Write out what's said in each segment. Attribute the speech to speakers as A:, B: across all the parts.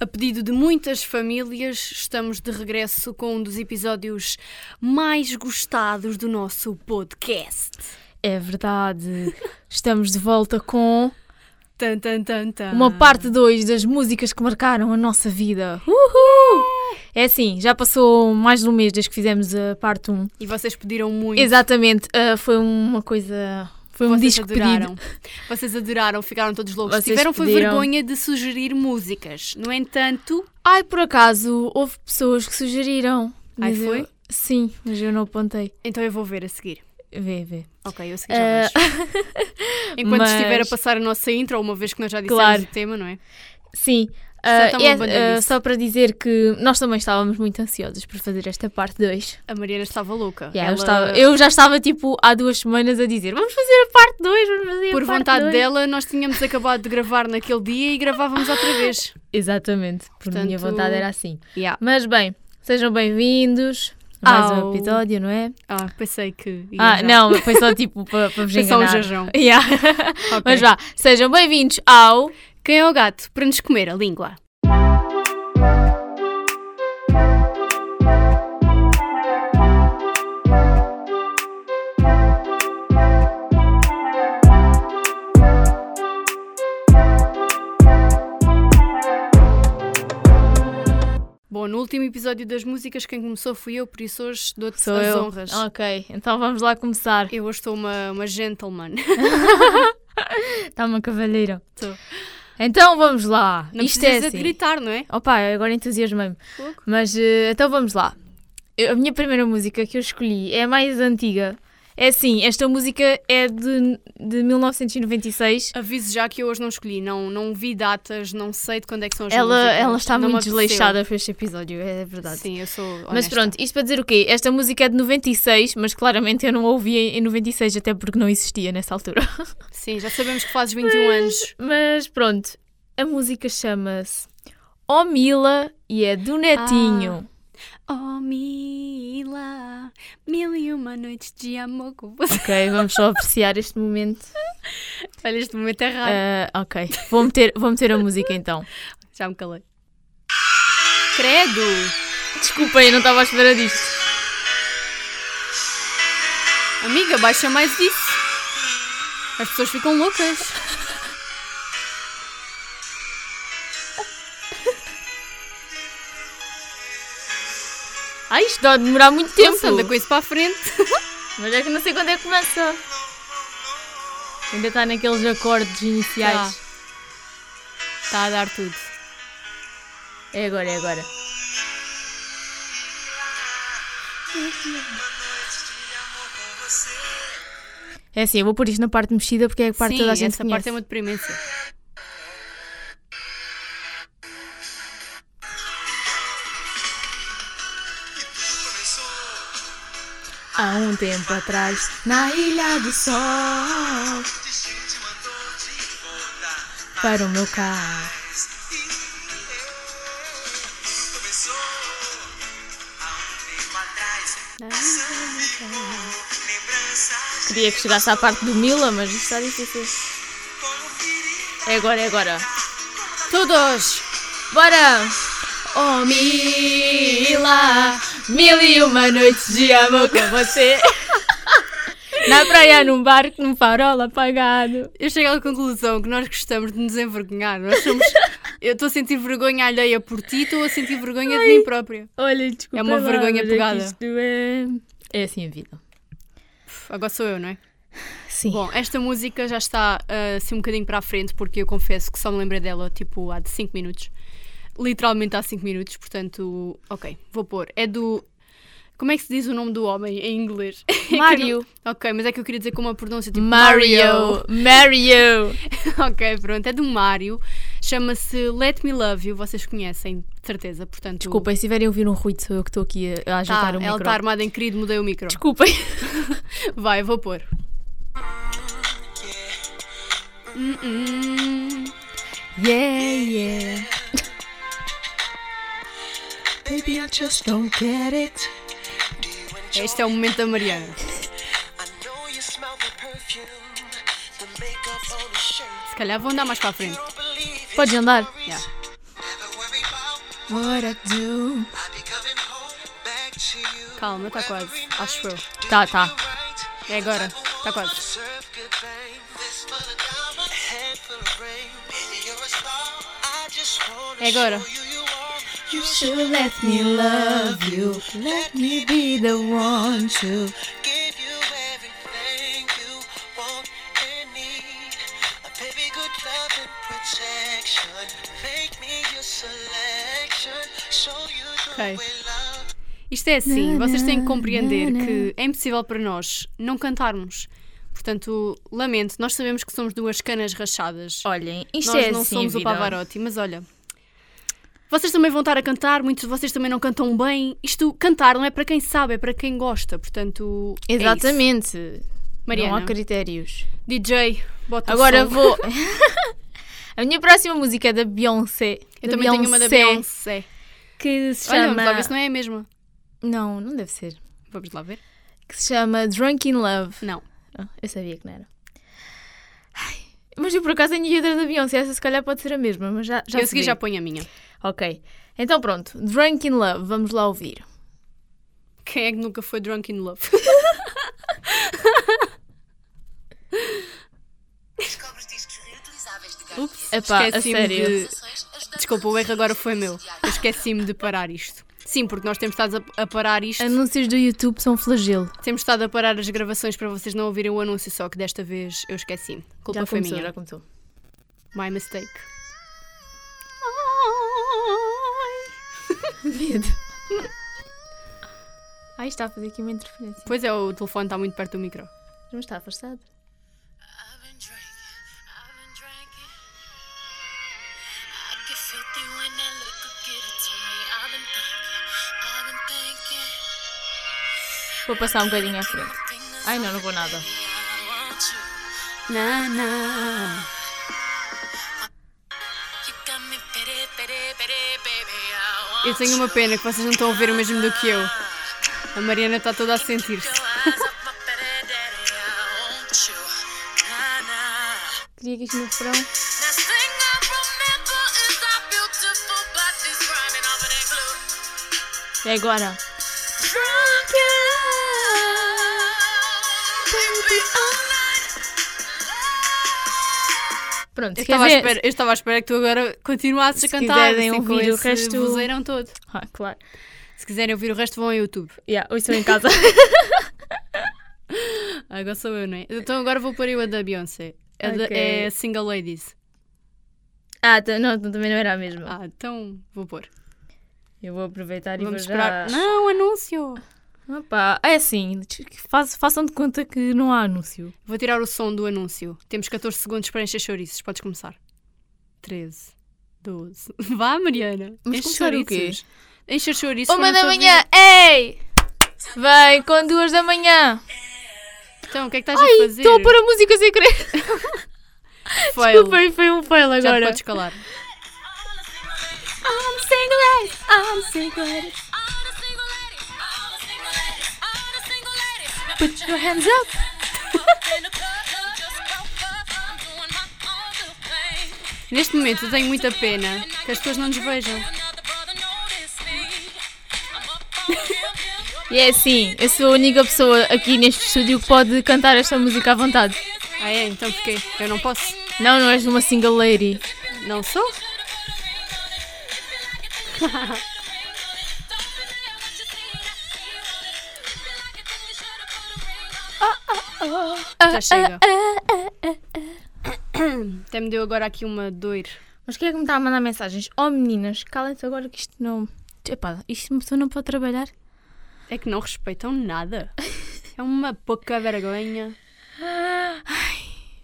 A: A pedido de muitas famílias, estamos de regresso com um dos episódios mais gostados do nosso podcast.
B: É verdade. Estamos de volta com
A: Tan, tan, tan, tan.
B: uma parte 2 das músicas que marcaram a nossa vida.
A: Uhul!
B: É assim, já passou mais de um mês desde que fizemos a parte 1.
A: E vocês pediram muito.
B: Exatamente, ah, foi uma coisa. Foi um
A: Vocês
B: disco
A: adoraram.
B: pedido.
A: Vocês adoraram, ficaram todos loucos.
B: Vocês
A: Tiveram foi
B: pediram.
A: vergonha de sugerir músicas. No entanto,
B: Ai, por acaso, houve pessoas que sugeriram.
A: Ai,
B: mas eu-
A: foi?
B: sim, mas eu não apontei.
A: então eu vou ver a seguir.
B: Vê, vê.
A: Ok, eu segui já vejo. Enquanto
B: Eh, Mas-
A: estiver a passar a nossa intro, uma vez que nós já dissemos
B: Claro.
A: o tema, não é?
B: Sim.
A: Só
B: ah,
A: toma
B: é,
A: uma banda
B: ah,
A: disso.
B: só para dizer que nós também estávamos muito ansiosos por fazer esta parte 2.
A: A Mariana estava louca.
B: Yeah,
A: Ela-
B: eu, estava- eu já estava tipo há duas semanas a dizer vamos fazer a parte 2, vamos fazer a
A: Por
B: parte
A: vontade
B: dois."
A: dela, nós tínhamos acabado de gravar naquele dia e gravávamos outra vez.
B: Exatamente, por minha
A: Portanto-
B: vontade era assim.
A: Yeah.
B: Mas bem, sejam bem-vindos a mais
A: Ao-
B: um episódio, não é?
A: Ah, pensei que. ia
B: Ah,
A: já.
B: não, foi só tipo para para vos
A: Foi só um
B: enganar.
A: jajão.
B: Yeah.
A: Ok.
B: Mas vá, sejam bem-vindos ao.
A: Quem é o gato para nos comer a língua? Bom, no último episódio das músicas, quem começou fui eu, por isso hoje dou-te
B: Sou
A: as
B: eu.
A: honras.
B: Ok, então vamos lá começar.
A: Eu hoje estou uma, uma gentleman.
B: Está Tá uma cavalheira.
A: Tô.
B: Então vamos lá.
A: Não
B: Isto é
A: precisas
B: assim.
A: de gritar, não é?
B: Opa, eu agora entusiasmei-me.
A: Pouco.
B: Mas eh, então vamos lá. Eu- a minha primeira música que eu escolhi é a mais antiga. É assim, esta música é de, de 1996.
A: Aviso já que eu hoje não escolhi, não, não vi datas, não sei de quando é que são as
B: Ela,
A: músicas.
B: ela está
A: não me
B: muito
A: apeteceu.
B: desleixada para este episódio, é verdade.
A: Sim, eu sou honesta.
B: Mas pronto, isto para dizer o quê? Esta música é de 96, mas claramente eu não a ouvi em em 96, até porque não existia nessa altura.
A: Sim, já sabemos que fazes 21 anos.
B: Mas pronto, a música chama-se Oh Mila e é do Netinho.
A: Oh, Mila, mil e uma noites de amor com você.
B: Ok, vamos só apreciar este momento.
A: Olha, este momento é raro.
B: Ah, ok, vou meter, vou meter a música então.
A: Já me calei. Credo!
B: Desculpem, eu não estava à espera disto.
A: Amiga, baixa mais isso. As pessoas ficam loucas.
B: Ai, isto dá a demorar muito tempo.
A: Tempo. Anda com isso para a frente.
B: Mas é que não sei quando é que começa. Ainda está naqueles acordes iniciais.
A: Tá. Está a dar tudo.
B: É agora, é agora. É assim, eu vou pôr isto na parte mexida porque é a parte
A: Sim,
B: toda a gente
A: essa
B: conhece.
A: parte é uma deprimência.
B: Há um tempo atrás, na Ilha do Sol, para o meu carro. Queria que chegasse à parte do Mila, mas isto está difícil. É agora, é agora.
A: Todos!
B: Bora! Oh Mila, mil e uma noites de amor com você. Na praia, num barco, num farol apagado.
A: Eu chego à conclusão que nós gostamos de nos envergonhar. Nós somos. Eu estou a sentir vergonha alheia por ti, estou a sentir vergonha de mim própria.
B: Olha, desculpa.
A: É uma
B: lá,
A: vergonha
B: mas é que
A: pegada.
B: isto é... é assim a vida.
A: Pff, Agora sou eu, não é?
B: Sim.
A: Bom, esta música já está ah, assim um bocadinho para a frente, porque eu confesso que só me lembrei dela tipo há de 5 minutos. Literalmente há 5 minutos, portanto, ok, vou pôr. É do. Como é que se diz o nome do homem em inglês? É que eu não-
B: Mario.
A: Ok, mas é que eu queria dizer com uma pronúncia tipo
B: Mario. Mario.
A: Ok, pronto, é do Mário. Chama-se Let Me Love You, vocês conhecem, de certeza, portanto.
B: Desculpem, se tiverem a ouvir um ruído, sou eu que estou aqui a- a
A: tá,
B: ajeitar o
A: ela
B: micro.
A: está armada em querido, mudei o micro.
B: Desculpem.
A: Vai, vou pôr. Hum, hum.
B: Yeah, yeah. Baby, I just don't get it.
A: Este é o momento da Mariana.
C: I know you smell the perfume, the makeup on the shirt.
A: Se calhar vou andar mais para a frente.
C: Don't believe it.
B: Podes andar.
A: Yeah.
C: Never worry about
B: what I do.
C: I be coming home back to you.
A: Calma, tá quase. Acho eu.
B: Tá, tá.
A: É agora. Tá quase.
C: Serve good fame. This for the diamond, head for the rain. Baby, you're a star. I just wanna
A: É agora.
C: show you you are.
B: You should let me love you. Let me be the one to.
C: Give you everything you want and need. A baby, good love and protection. Make me your selection. Show you the
A: Ok.
C: way love.
A: Isto é assim, vocês têm que compreender que é impossível para nós não cantarmos. Portanto, lamento, nós sabemos que somos duas canas rachadas.
B: Olhem, isto
A: nós
B: é
A: não
B: assim,
A: somos
B: vida.
A: o Pavarotti, mas olha. Vocês também vão estar a cantar, muitos de vocês também não cantam bem. Isto, cantar não é para quem sabe, é para quem gosta. Portanto, é isso.
B: Exatamente. Não há
A: Mariana.
B: critérios.
A: DJ, bota o
B: Agora
A: som.
B: vou. a minha próxima música é da Beyoncé.
A: Eu também tenho uma da Beyoncé.
B: Que se
A: Olha,
B: chama.
A: vamos lá ver se não é a mesma.
B: não... não, deve ser.
A: Vamos lá ver.
B: Que se chama Drunk in Love.
A: Não.
B: Ah, eu sabia que não era. Ai, mas eu por acaso tenho outra da Beyoncé. Essa se calhar pode ser a mesma, mas já, já
A: eu a
B: se vê.
A: seguir já ponho a minha.
B: Ok. Então pronto. Drunk in Love. Vamos lá ouvir.
A: Quem é que nunca foi drunk in love?
D: Descobre discos reutilizáveis de garrafa.
A: Ups,
B: Epá, a
A: esqueci-me
B: sério.
A: de- Desculpa, o erro agora foi meu. Eu Esqueci-me de parar isto. Sim, porque nós temos estado a, a parar isto.
B: Anúncios do YouTube são um flagelo.
A: Temos estado a parar as gravações para vocês não ouvirem o anúncio, só que desta vez eu esqueci-me. Culpa
B: já
A: foi
B: começou,
A: minha.
B: já começou.
A: My mistake.
B: Medo. Ai, está a fazer aqui uma interferência.
A: Pois é, o telefone está muito perto do micro.
B: Não está afastado.
D: I've been drinking, I've been drinking. I get filthy when that liquor get it to me. I've been thinking, I've been thinking.
B: Vou passar um bocadinho à frente. Ai, não, não vou nada.
D: I want you.
A: Na, na.
D: You got me pity, pity, pity, baby. I want
A: Eu tenho uma pena que vocês não estão a ouvir o mesmo do que eu. A Mariana está toda a sentir-se.
D: your eyes off my pity, daddy. I want you. Nah, nah.
B: Queria que isto no refrão.
D: Last thing I remember is our beautiful bodies grinding off of that glue.
B: É agora.
D: Drunk in love, baby, all night.
B: Pronto,
A: Eu
B: se quer
A: estava, à
B: dizer-
A: espera, eu estava à espera que tu agora continuasses a
B: Se
A: cantar.
B: quiserem
A: assim, com
B: ouvir o
A: esse
B: resto-
A: vozeirão todo.
B: Ah, claro.
A: Se quiserem ouvir o resto, vão ao YouTube.
B: Yeah, hoje estou em casa.
A: Ah, Agora sou eu, não é? Então agora vou pôr eu a da Beyoncé. A da-
B: Ok.
A: é a Single Ladies.
B: ah, tá- não, também não era a mesma.
A: Ah, então vou pôr.
B: Eu vou aproveitar e
A: Vamos
B: vou já...
A: esperar. Não, anúncio!
B: Opa, é assim, faz- façam de conta que não há anúncio.
A: Vou tirar o som do anúncio. Temos 14 segundos para encher chouriços. Podes começar. 13, 12. Vá, Mariana.
B: Mas
A: Enche
B: começar o quê?
A: chouriços. Encher chouriços.
B: Uma
A: foi na
B: da
A: tua
B: manhã,
A: vida.
B: ei! Vem com duas da manhã.
A: Então, o que é que estás a
B: Ai,
A: fazer?
B: estou a pôr a música sem querer.
A: Fail.
B: Foi, foi um fail
A: Já te
B: agora.
A: podes calar.
B: I'm single ladies, I'm single ladies.
D: All the single ladies, all the single ladies, all the single ladies. Now
B: Put your hands up.
D: up in the club, just broke up. I'm doing my own little thing.
A: Neste momento eu tenho muita pena que as pessoas não nos vejam.
D: Another brother noticed me. I'm up on him, him, him.
B: E é assim, eu sou a única pessoa aqui neste estúdio que pode cantar esta música à vontade.
A: Ah é? Então porquê? Eu não posso.
B: Não, não és uma single lady.
A: Não sou? Já chega. Até me deu agora aqui uma doir.
B: Mas quem é que me está a mandar mensagens? Oh meninas, calem-se agora que isto não. Epá, isto uma pessoa não pode trabalhar.
A: É que não respeitam nada. É uma pouca vergonha.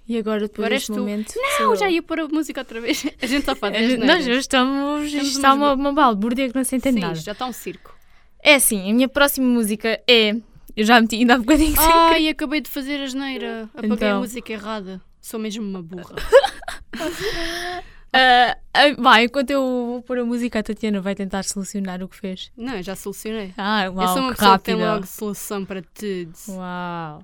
B: E agora depois
A: Agora és
B: deste
A: tu.
B: momento. sou
A: Não,
B: eu.
A: já ia pôr a música outra vez. A gente está a falar
B: A gente- É Nós já estamos. Isto
A: Estamos
B: está
A: umas
B: uma, uma balbúrdia que não se entende
A: Sim,
B: nada.
A: já está um circo.
B: É assim, a minha próxima música é. Eu já meti ainda há bocadinho. sem
A: Ai, acabei de fazer a geneira. Apaguei a
B: Então.
A: música errada. Sou mesmo uma burra.
B: Ah, ah, vai, enquanto eu vou pôr a música, a Tatiana vai tentar solucionar o que fez.
A: Não, eu já solucionei.
B: Ah, uau,
A: eu sou uma
B: que
A: pessoa
B: rápida.
A: que tem logo solução para tudo.
B: Uau.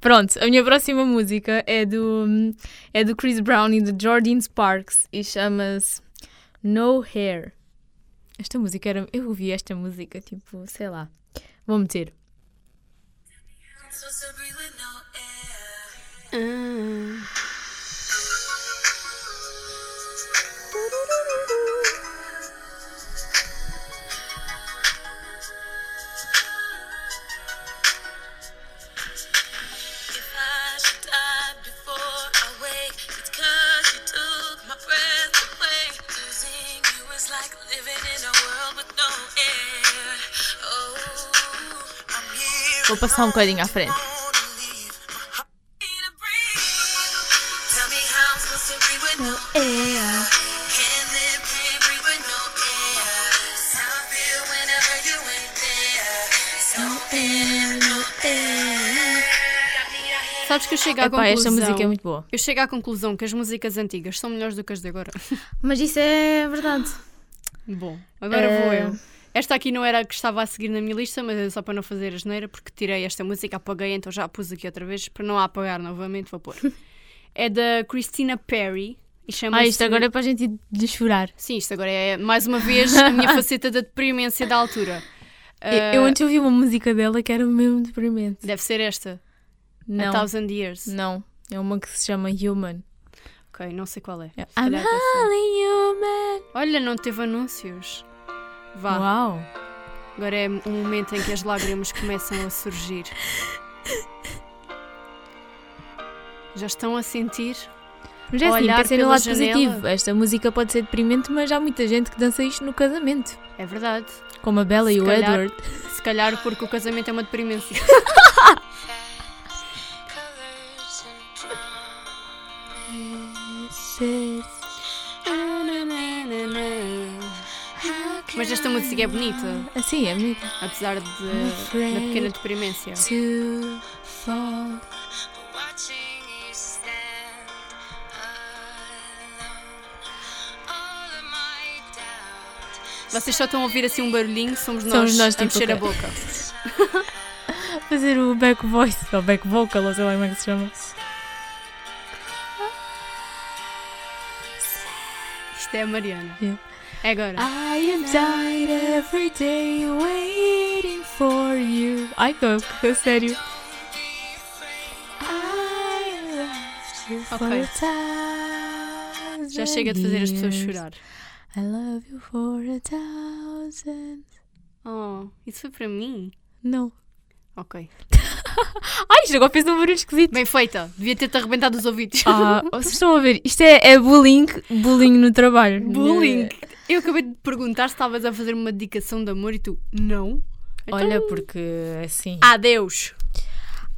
B: Pronto, a minha próxima música é do, é do Chris Brown e do Jordan Sparks e chama-se No Hair. Esta música era. Eu ouvi esta música, tipo, sei lá. Vou meter.
D: Supposed to breathe with no air. Mm.
A: Ah,
D: If I should die before I wake, it's 'cause you took my breath away. Losing you is like living in a world with no air. Oh, I'm here.
B: Vou passar um bocadinho à frente.
D: Tell me how I'm supposed to breathe with no air. Can't live, can't breathe with no air. That's how I feel whenever you ain't there. No air, no air. Got me out here.
A: Sabes que eu chego à
B: Epá, esta
A: conclusão.
B: música é muito boa.
A: Eu chego à conclusão que as músicas antigas são melhores do que as de agora.
B: Mas isso é verdade.
A: Bom, agora
B: Eh,
A: vou eu. Esta aqui não era a que estava a seguir na minha lista, mas é só para não fazer asneira, porque tirei esta música, apaguei, então já a pus aqui outra vez. Para não a apagar novamente, vou pôr. é da Christina Perry e chama-se.
B: Ah, isto agora é para a gente ir de chorar.
A: Sim, isto agora é mais uma vez a minha faceta da deprimência da altura. Eh,
B: Eu- Eu antes ouvi uma música dela que era mesmo deprimente.
A: Deve ser esta, A
B: Não,
A: Thousand Years.
B: não. É uma que se chama Human.
A: Ok, não sei qual é.
B: É-
A: Se
B: I'm
A: calhar deve ser.
B: only human.
A: Olha, não teve anúncios. Vá,
B: Uau.
A: agora é o momento em que as lágrimas começam a surgir. Já estão a sentir?
B: Mas é assim,
A: Olhar
B: pensei no
A: pela
B: lado
A: janela.
B: positivo. Esta música pode ser deprimente, mas há muita gente que dança isto no casamento.
A: É verdade.
B: Como a Bella
A: Se
B: e o
A: calhar-
B: Edward.
A: Se calhar porque o casamento é uma deprimência.
D: colors and
A: Mas esta música é bonita,
B: Assim, é bonito.
A: apesar de, da pequena deprimência.
D: Watching you stand alone. All of my doubt.
A: Vocês só estão a ouvir assim um barulhinho, somos nós,
B: Somos nós,
A: a
B: tipo,
A: mexer a
B: ok.
A: boca.
B: Fazer o back voice, ou back vocal, ou sei lá como é que se chama.
A: Isto é a Mariana.
B: Yeah.
A: É agora.
B: I have died every day waiting for you. Ai, tô, a é sério.
A: Ok. Já chega de fazer as pessoas chorar.
B: I love you for a thousand.
A: Oh, isso foi para mim?
B: Não.
A: Ok.
B: Ai, isto agora fez um barulho esquisito.
A: Bem feita. Devia ter-te arrebentado os ouvidos.
B: Ah, vocês estão a ver? Isto é, é bullying, bullying no trabalho.
A: Bullying. Eh, Eu acabei de perguntar se estavas a fazer uma dedicação de amor e tu, não. Então,
B: Eh, Olha, porque assim.
A: Adeus.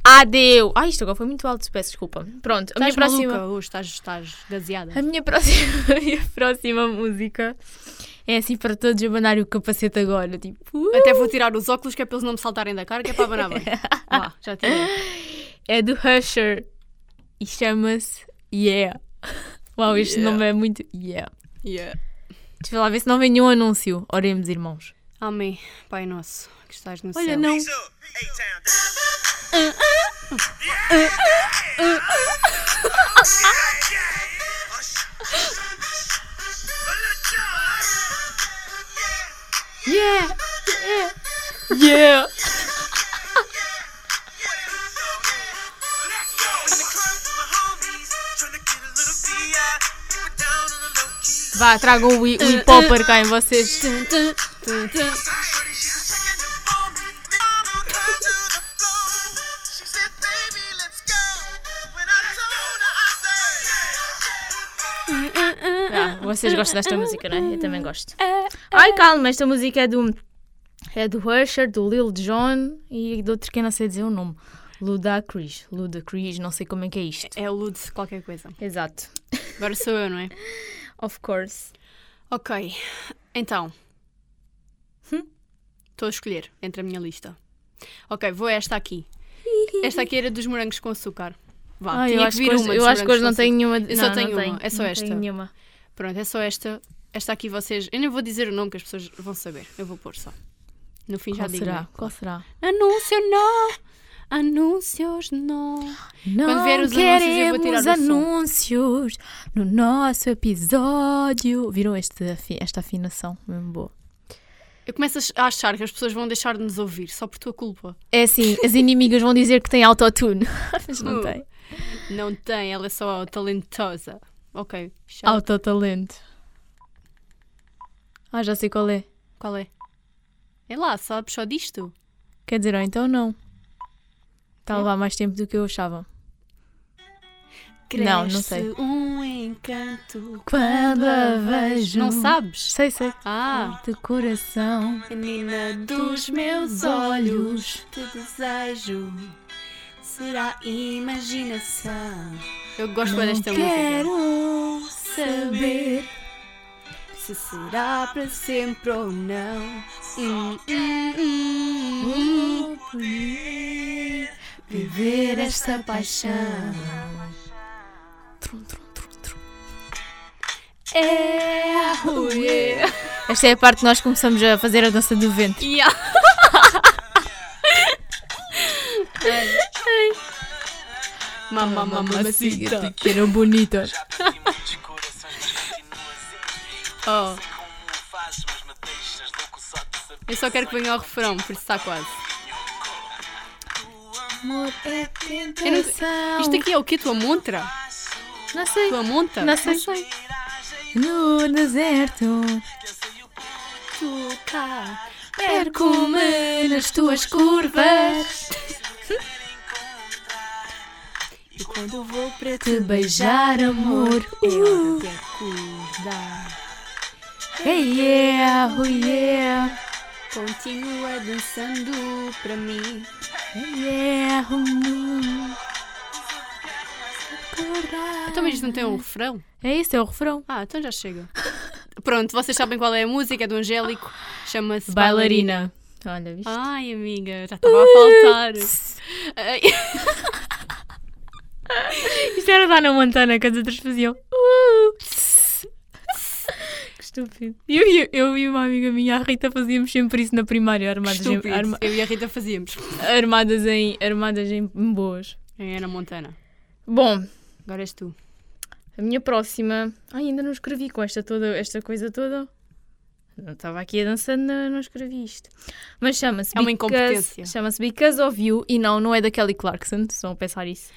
B: Ah, Adeus! Ai, isto agora foi muito alto, peço desculpa. Pronto, a minha
A: Estás
B: próxima.
A: maluca hoje, Oh, estás, estás gaseada.
B: A minha próxima, a minha próxima música é assim para todos abandarem o capacete agora. Tipo, uh,
A: Até vou tirar os óculos que é para eles não me saltarem da cara, que é para abanar bem. Vá, já tirei.
B: é do Husher e chama-se Yeah. Uau, este
A: Yeah.
B: nome é muito Yeah.
A: Yeah.
B: Deixa eu lá ver se não vem nenhum anúncio. Oremos, irmãos.
A: Amém. Pai nosso, que estás no
B: Olha,
A: céu.
B: não. Yeah! Yeah! Yeah! Vá, tragam o, Wee- o hip hopper cá em vocês. Ah, vocês gostam desta música, não é? Eu também gosto. Ai, calma, esta música é do. É do Usher, do Lil Jon e do outro que eu não sei dizer o nome. Ludacris. Ludacris, não sei como é que é isto.
A: É o Lude qualquer coisa.
B: Exato.
A: Agora sou eu, não é?
B: Of course.
A: Ok, então. Hum? Estou a escolher entre a minha lista. Ok, vou a esta aqui. Esta aqui era dos morangos com açúcar. Vá,
B: Ai,
A: Ah, tinha
B: eu
A: que
B: acho
A: vir
B: que hoje,
A: uma
B: eu
A: dos
B: acho que
A: morangos com
B: hoje não tenho
A: açúcar.
B: nenhuma.
A: Eu só
B: não,
A: tenho
B: não
A: uma, é só
B: não
A: esta.
B: Tenho nenhuma.
A: Pronto, é só esta. Esta aqui vocês. Eu nem vou dizer o nome que as pessoas vão saber. Eu vou pôr só. No fim já
B: Qual
A: digo.
B: será?
A: né?
B: Qual será?
A: Anúncio não! Anúncios não!
B: Não
A: vier os anúncios, eu vou tirar do
B: queremos
A: som.
B: anúncios no nosso episódio. Viram este afi- esta afinação? Mesmo boa.
A: Eu começo a ach- a achar que as pessoas vão deixar de nos ouvir só por tua culpa.
B: É assim, as inimigas vão dizer que tem autotune. Mas não
A: Uh.
B: tem.
A: Não tem, ela é só talentosa. Ok. shout.
B: Autotalento. Ah, já sei qual é.
A: Qual é? É lá, sabes só disto?
B: Quer dizer, ou então não. Está a levar mais tempo do que eu achava. Não, não sei.
A: Cresce Um encanto.
B: Quando a vejo.
A: Não sabes?
B: Sei, sei.
A: Ah,
B: De coração.
A: menina dos meus olhos, te desejo. Será imaginação. Eu gosto bem desta música.
B: Quero
A: saber se será para sempre ou não. Hum, hum, hum, hum. Viver esta paixão
B: Trum, trum, trum, trum.
A: é arruer.
B: Esta é a parte que nós começamos a fazer a dança do ventre.
A: Yeah. Mamá, mamacita.
B: Que era bonita.
C: de corações
A: Oh,
C: Como o fazes, mas me deixas louco só de saber
A: eu só quero que venha ao refrão, por isso está quase.
B: é
A: Eu não- Isto aqui é o quê? Tua montra?
B: Não sei.
A: Tua monta?
B: Não sei. No deserto,
A: Tocar.
B: perco-me nas tuas curvas.
A: E quando vou para
B: Te beijar, amor. Uh,
A: te acordar,
B: hey yeah, oh yeah,
A: continua dançando para mim.
B: hey yeah, oh no. Acordar.
A: Então, mas isto não tem um refrão?
B: Ah, É isso, é o refrão.
A: Ah, então já chega. Pronto, vocês sabem qual é a música, é do Angélico. Chama-se
B: Bailarina. Ah. Olha, viste?
A: Ai, amiga, já estava a faltar. Ai,
B: Isto era da Ana Montana que as outras faziam. Uh, tss, tss. que estúpido. Eu, e- eu e uma amiga minha, a Rita, fazíamos sempre isso na primária, armadas, em,
A: Estúpido.
B: arma-
A: Eu e a Rita fazíamos.
B: armadas, em, armadas em boas.
A: É Ana Montana.
B: Bom,
A: Agora és tu.
B: a minha próxima. Ai, ainda não escrevi com esta, toda, esta coisa toda. Não estava aqui a dançar, não, não escrevi isto. Mas chama-se
A: É uma
B: Because-
A: incompetência.
B: Chama-se Because of You e não, não é da Kelly Clarkson, estão a pensar isso.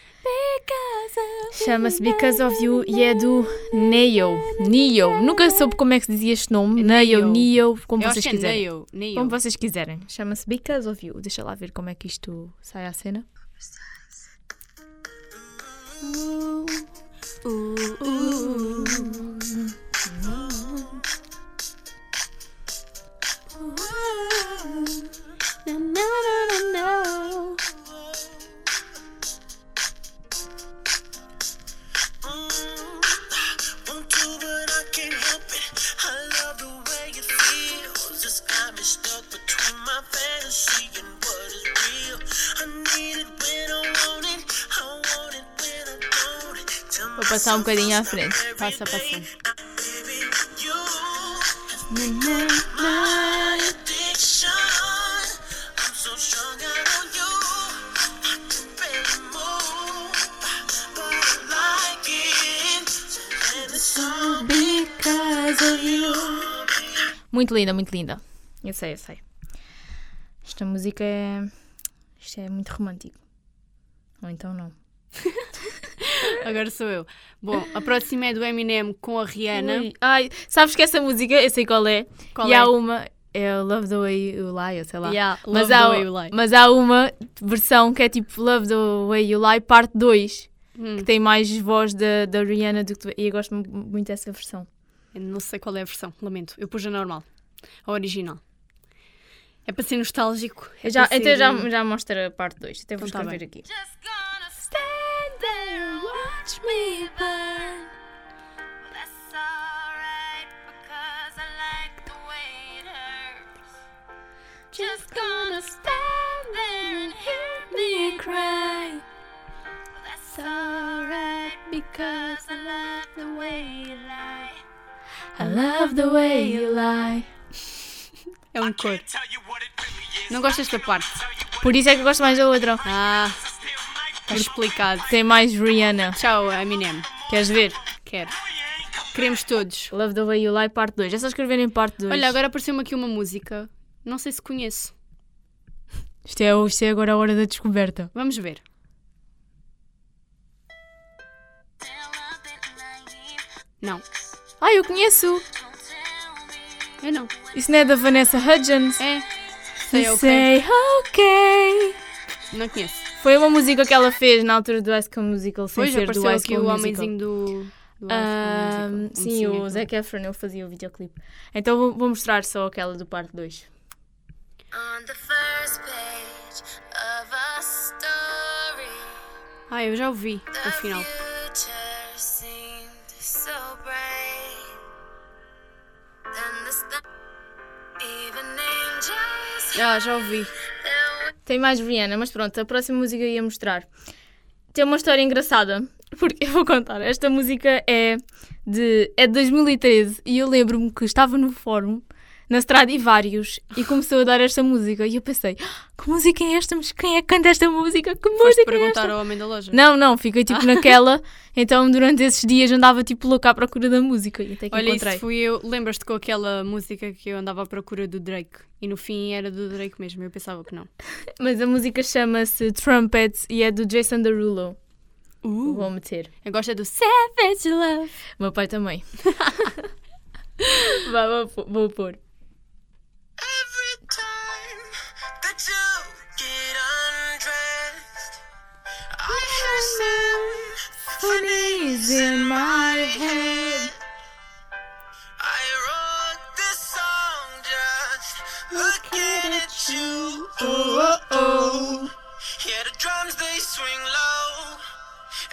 B: Chama-se Because of You e é do Neo. Neo. Nunca soube como é que se dizia este nome.
A: É
B: Neo,
A: Neo.
B: Neo, como
A: eu acho
B: vocês
A: que é
B: quiserem.
A: Neo. Neo.
B: Como vocês quiserem. Chama-se Because of You. Deixa lá ver como é que isto sai à cena.
C: Want to, Mm-hmm. but I can't help it. I love the way it feels. Just got me stuck between my fantasy and what is real. I need it when I want it. I want it when I don't. Tell
B: Vou passar um bocadinho à frente.
A: Passa, passa.
C: Baby, you have been my addiction. I'm so strung out on you. I can barely move, but I like it. And it's all because of you.
B: Muito linda, muito linda. Eu sei, eu sei. Esta música é. Isto é muito romântico. Ou então não.
A: Agora sou eu. Bom, a próxima é do Eminem com a Rihanna.
B: Ui, Ai, sabes que essa música, eu sei qual é.
A: Qual
B: e
A: é?
B: há uma. É o Love the Way You Lie, ou sei lá.
A: Yeah,
B: mas,
A: Love
B: há,
A: the Way You Lie.
B: mas há uma versão que é tipo Love the Way You Lie, parte 2.
A: Hum.
B: Que tem mais voz da, da Rihanna do que tu. E eu gosto mu- muito dessa versão.
A: Eu não sei qual é a versão, lamento. Eu pus a normal, a original. É para ser nostálgico. é
B: Eu já,
A: para
B: então
A: ser-
B: já, já mostra a parte 2. Até vou
A: Então tá
B: escrever
A: bem.
B: aqui.
D: Just gonna stand there and watch me burn. Well, that's alright because I like the way it hurts. Just gonna stand there and hear me cry. Well, that's alright because I love the way you lie.
B: I love the way you lie.
A: É um cor.
C: Tell you what it really is.
A: Não gosto desta parte.
B: Por isso é que eu gosto mais da outra.
A: Ah,
C: Still might
A: está explicado.
B: Tem mais Rihanna.
A: Tchau, Eminem.
B: Queres ver?
A: Quero. Queremos todos.
B: Love the Way You Lie, parte 2. É só escreverem parte 2.
A: Olha, agora apareceu-me aqui uma música Não sei se conheço.
B: Isto é, isto é agora a hora da descoberta.
A: Vamos ver. Não.
B: Ah, eu conheço!
A: Eu não.
B: Isso não é da Vanessa Hudgens?
A: É. Sei,
B: You
A: ok.
B: Say ok.
A: Não conheço.
B: Foi uma música que ela fez na altura do High School Musical, sem
A: Pois
B: ser do
A: apareceu
B: High
A: aqui
B: School
A: o
B: Musical.
A: homenzinho do. do
B: Ah,
A: High School Musical. Um é
B: sim,
A: Homenzinho
B: o Zac Efron, ele fazia o videoclipe. Então vou, vou mostrar só aquela do parte 2.
D: On the first page of a story,
A: Ah, eu já ouvi,
D: the
A: afinal.
D: future seemed so bright. Then the st- even angels.
A: Ah, já ouvi.
B: Tem mais Rihanna, mas pronto, a próxima música eu ia mostrar. Tem uma história engraçada, porque eu vou contar. Esta música é de, é de 2013 e eu lembro-me que estava no fórum, na Stradivarius, e começou a dar esta música. E eu pensei, "Ah, que música é esta? Mas quem é que canta esta música? Que
A: Foste
B: música é
A: perguntar
B: esta?
A: ao Ah. homem da loja.
B: Não, não, fiquei tipo naquela. Então durante esses dias andava tipo louca à procura da música e até que
A: Olha,
B: encontrei.
A: isso fui eu. Lembras-te com aquela música que eu andava à procura do Drake? E no fim era do Drake mesmo, eu pensava que não.
B: Mas a música chama-se Trumpets e é do Jason Derulo.
A: Uh.
B: Vou meter.
A: Eu gosto é do Savage Love.
B: O meu pai também. Vá, vou, pô- vou pôr.
D: Every time that you get undressed, I hear symphonies in my head. I wrote this song just looking at you. Oh, oh, oh. Yeah, the drums they swing low,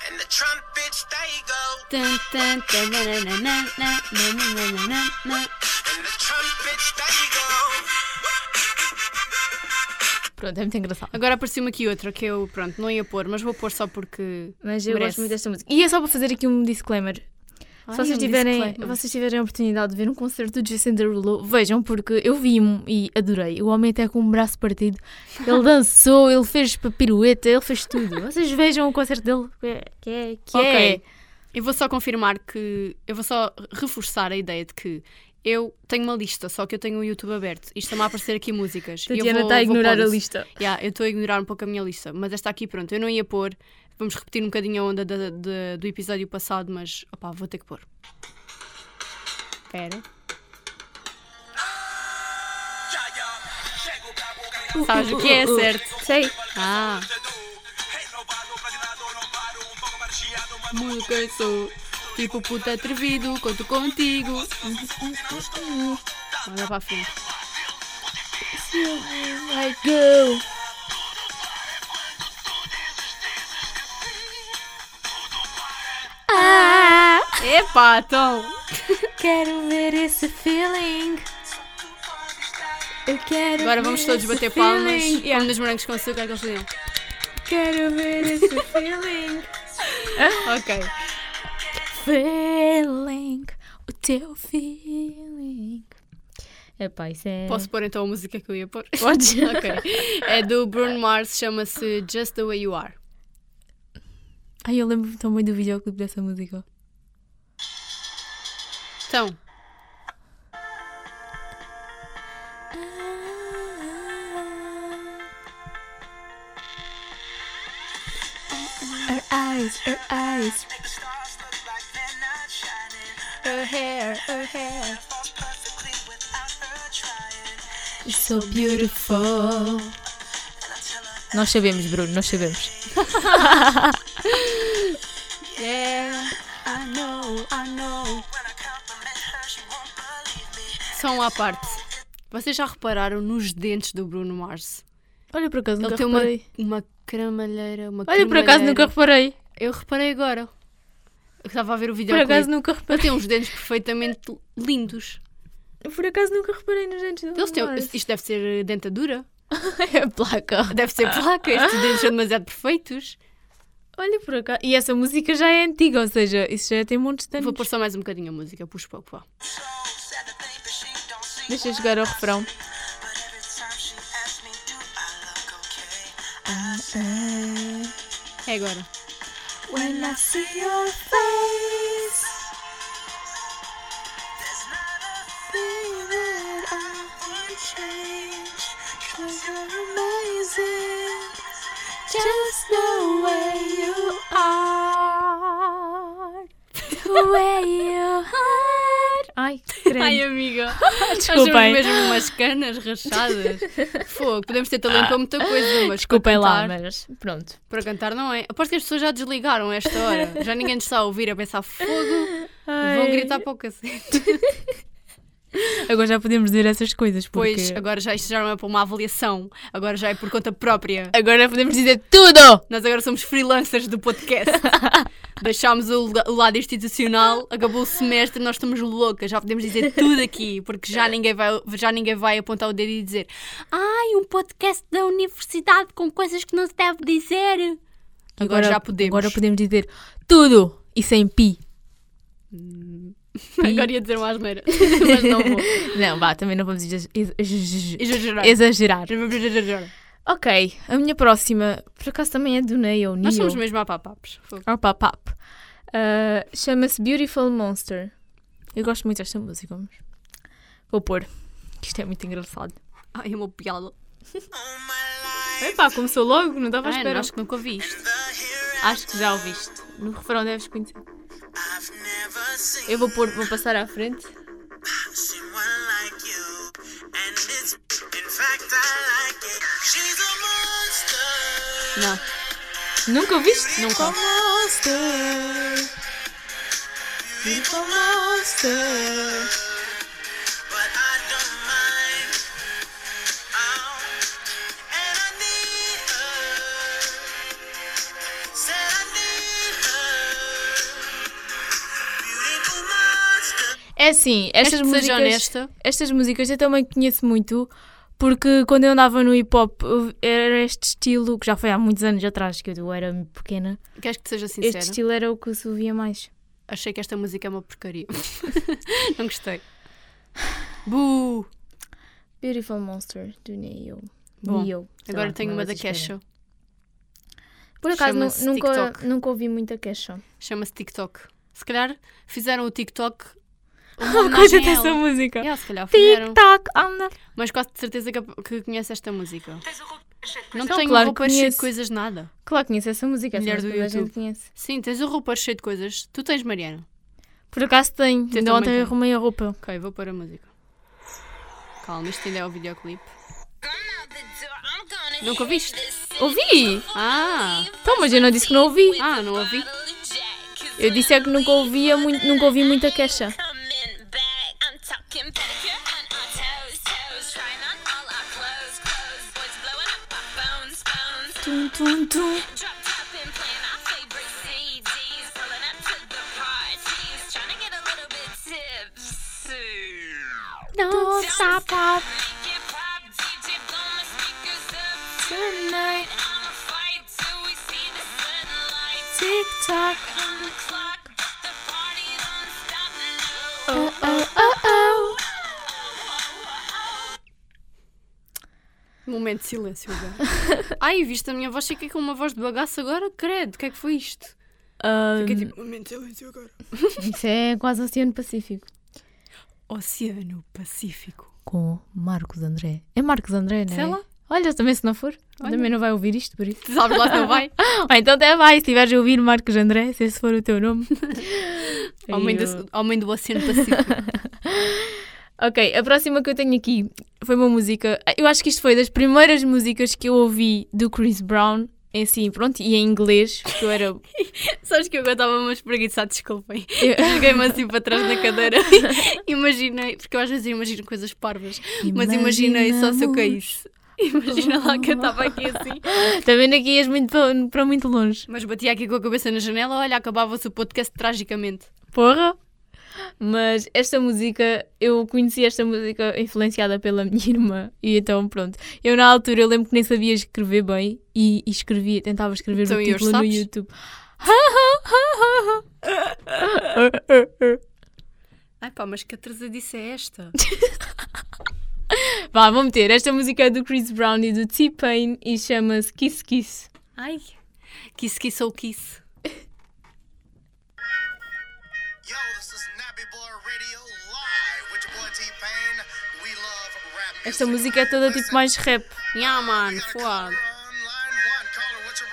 D: and the trumpets they go,
A: Tan, tan, tan, na, na, na, na, na, na, na, na, na.
D: and the trumpets they go.
B: Pronto, é muito engraçado.
A: Agora apareceu-me aqui outra que eu, pronto, não ia pôr, mas vou pôr só porque.
B: Mas eu
A: merece.
B: gosto muito desta música. E é só para fazer aqui um disclaimer.
A: Ai,
B: Se vocês,
A: um
B: tiverem,
A: disclaimer.
B: vocês tiverem a oportunidade de ver um concerto do Jason Derulo, vejam, porque eu vi-me e adorei. O homem até com um braço partido. Ele dançou, ele fez pirueta, ele fez tudo. Vocês vejam o concerto dele, que é- que é... Que é.
A: Ok. Eu vou só confirmar que. Eu vou só reforçar a ideia de que eu tenho uma lista, só que eu tenho o YouTube aberto e estão a aparecer aqui músicas. E eu
B: Tatiana
A: vou-
B: está a
A: vou
B: ignorar a
A: pondo-se.
B: lista.
A: Yeah, eu estou a ignorar um pouco a minha lista, mas esta aqui, pronto, eu não ia pôr. Vamos repetir um bocadinho a onda da- da- do episódio passado, mas opá, vou ter que pôr. Espera. Sabes o que é, certo?
B: Sei.
A: Ah, muito que sou. Tipo puta atrevido, conto contigo. Olha para a frente.
B: Vai, go! Ah,
A: Epá, então.
B: quero ver esse feeling. Eu quero
A: Agora
B: ver
A: vamos todos
B: esse
A: bater palmas.
B: feeling.
A: Como nos morangos com açúcar que eles faziam.
B: Quero ver esse feeling.
A: Ok.
B: feeling. O teu feeling. Epá, isso é.
A: Posso pôr então a música que eu ia pôr?
B: Podes?
A: Ok. É do Bruno Mars, chama-se Just the Way You Are.
B: Ai, eu lembro-me tão bem do videoclipe dessa música.
A: Então,
B: Her eyes, her eyes,
D: Make the stars look like they're not shining.
B: her hair, her hair.
D: Falls perfectly without her trying.
B: It's so beautiful.
D: And I tell her
B: Nós sabemos, Bruno, nós sabemos.
D: when I compliment her, she won't believe me.
A: só um à parte. Vocês já repararam nos dentes do Bruno Mars?
B: Olha, por acaso,
A: Ele
B: nunca
A: tem uma,
B: reparei.
A: uma cramalheira, uma
B: Olha, por acaso,
A: cremalheira.
B: nunca reparei.
A: Eu reparei agora. Eu estava a ver o vídeo.
B: Por acaso, nunca
A: um Ele tem
B: reparei.
A: uns dentes perfeitamente lindos.
B: Por acaso, nunca reparei nos dentes do
A: Eles têm, um-
B: Bruno Mars.
A: isto deve ser dentadura.
B: É a placa.
A: Deve ser placa. Estes dentes são demasiado perfeitos.
B: Olha, por acaso. E essa música já é antiga, ou seja, isso já tem montes de anos.
A: Vou pôr só mais um bocadinho a música. Pus pouco, vá.
D: So sad to think that she don't see
B: Deixa eu
D: why.
B: chegar ao refrão.
D: But every time she asks me, do I look okay?
A: É agora.
D: When I see your face, there's not a thing that I would change. Just the way you
B: Ah,
D: are. The way you are.
B: Ai, credo.
A: Ai, amiga. Desculpem.
B: Desculpem.
A: mesmo umas canas rachadas. Fogo, podemos ter talento para muita coisa, mas
B: Desculpem
A: para
B: lá,
A: cantar,
B: mas pronto.
A: para cantar não é. Aposto que as pessoas já desligaram a esta hora. Já ninguém nos está a ouvir a pensar fogo. Vão
B: Ai.
A: gritar para o cacete.
B: Agora já podemos dizer essas coisas, porque...
A: Pois, agora já isto já não é para uma avaliação. Agora já é por conta própria.
B: Agora podemos dizer tudo!
A: Nós agora somos freelancers do podcast. Deixámos o, la- o lado institucional, acabou o semestre, nós estamos loucas, já podemos dizer tudo aqui, porque já ninguém vai, já ninguém vai apontar o dedo e dizer: Ai, um podcast da universidade com coisas que não se deve dizer. Agora, já podemos.
B: Agora podemos dizer tudo e sem pi.
A: Agora ia dizer uma asneira, mas não vou.
B: Não, vá, também não vamos exa- exa-
A: Exagerar.
B: exagerar.
A: Exagerar.
B: Ok, a minha próxima, por acaso também é do Neil,
A: Nós somos
B: Neil.
A: mesmo a papapos. Fogo.
B: Opa, pap. Ah, Chama-se Beautiful Monster. Eu gosto muito desta música, mas vou pôr. que Isto é muito engraçado.
A: Ai, é uma piada.
C: All my life,
B: Epá, começou logo, Ah, não estava
A: Ai, não, acho que nunca ouvi isto.
C: the hero
B: Acho que já ouviste. No refrão deves conhecer.
C: I've never seen.
B: Eu vou pôr, vou passar à frente.
C: seen one like you. And it's, in fact, I like it. She's a monster.
A: Não.
B: Nunca ouviste? Nunca.
C: But I don't mind. Oh, and I need her. Said I need her. Beautiful monster.
B: É assim, estas
A: Este
B: músicas,
A: seja honesta.
B: estas músicas eu também conheço muito porque quando eu andava no hip hop eu- era este estilo que já foi há muitos anos atrás que eu era muito pequena.
A: Queres que te seja
B: Este
A: sincera?
B: estilo era o que se ouvia mais.
A: Achei que esta música é uma porcaria. não gostei. Bu!
B: Beautiful Monster do Neo.
A: Bom,
B: Neo. Sei
A: Agora
B: lá,
A: tenho
B: como é
A: uma da
B: vocês querem.
A: Kesha.
B: Por acaso nu-
A: Chama-se
B: nunca,
A: TikTok.
B: nunca ouvi muita queixa.
A: Chama-se TikTok. Se calhar fizeram o TikTok. Uma
B: Uma
A: homenagem
B: coisa
A: a é ela.
B: dessa é música.
A: Yeah, se calhar fizeram.
B: TikTok, anda.
A: Mas quase de certeza que, que conhece esta música. Não
B: Então,
A: tenho
B: claro
A: roupa
B: que
A: cheia de
B: conheço.
A: coisas, nada.
B: Claro, conheço essa música. essa
A: Mulher do
B: música toda a
A: YouTube.
B: gente conhece.
A: Sim, tens o roupa cheia de coisas. Tu tens, Mariana.
B: Por acaso tenho.
A: Tens
B: Ainda
A: também,
B: ontem eu
A: tem.
B: arrumei a roupa.
A: Ok, vou pôr a música. Calma, isto ainda é o videoclipe. Nunca ouviste?
B: Ouvi!
A: Ah!
B: Então, mas eu não disse que não ouvi.
A: Ah, não ouvi?
B: Eu disse é que nunca ouvia muito, nunca ouvi muita queixa.
D: Coming back, I'm talking pedicure on our toes, toes. Trying on all our clothes, clothes. Boys blowing up our phones, phones.
B: Tum, tum, tum.
D: Dropped up and playing our favorite CDs. Rolling up to the parties. Trying to get a little bit tipsy.
B: Don't stop up
D: Make it pop, DJ, blow my speakers up.
B: tonight.
D: I'ma fight till we see the sunlight.
B: TikTok.
D: On the clock, the party don't stop now.
B: Oh, oh, oh.
A: Momento de silêncio agora. Ai, viste a minha voz? Fiquei com uma voz de bagaço agora? Credo, o que é que foi isto? Fiquei tipo, momento de
B: é
A: silêncio agora.
B: Um, isso é quase Oceano Pacífico.
A: Oceano Pacífico.
B: Com Marcos André. É Marcos André, não é?
A: Sei lá.
B: Olha, também se não for. Também não vai ouvir isto, por isso.
A: Tu sabes lá se não vai?
B: Ou então até vai, se estiveres a ouvir Marcos André, se esse for o teu nome.
A: Homem
B: Aí eu-
A: do, homem do Oceano Pacífico.
B: Ok, a próxima que eu tenho aqui foi uma música. Eu acho que isto foi das primeiras músicas que eu ouvi do Chris Brown, em si, pronto, e em inglês, porque eu era.
A: sabes que eu agora estava mais preguiçada, ah, desculpem.
B: Eu-
A: Eu joguei-me assim para trás da cadeira. imaginei, porque eu às vezes imagino coisas parvas, mas imaginei só se eu caísse. Imagina lá que eu estava aqui assim.
B: Também não ias muito para, para muito longe.
A: Mas batia aqui com a cabeça na janela, olha, acabava-se o podcast tragicamente.
B: Porra! Mas esta música, eu conheci esta música influenciada pela minha irmã, e então pronto. Eu na altura, eu lembro que nem sabia escrever bem, e, e escrevia, tentava escrever
A: Então,
B: o
A: e hoje
B: título no
A: sabes?
B: YouTube.
A: Ai pá, mas que atrasadice é esta?
B: Vá, vou meter. Esta música é do Chris Brown e do T-Pain e chama-se Kiss Kiss.
A: Ai, kiss, kiss ou kiss.
C: Yo, this is Nappy Boy Radio Live with your boy T Pain. We love rap music.
B: Esta música é toda tipo mais rap.
A: Yeah, man,
C: We got a
A: fogo.
C: caller on line one. Caller, what's your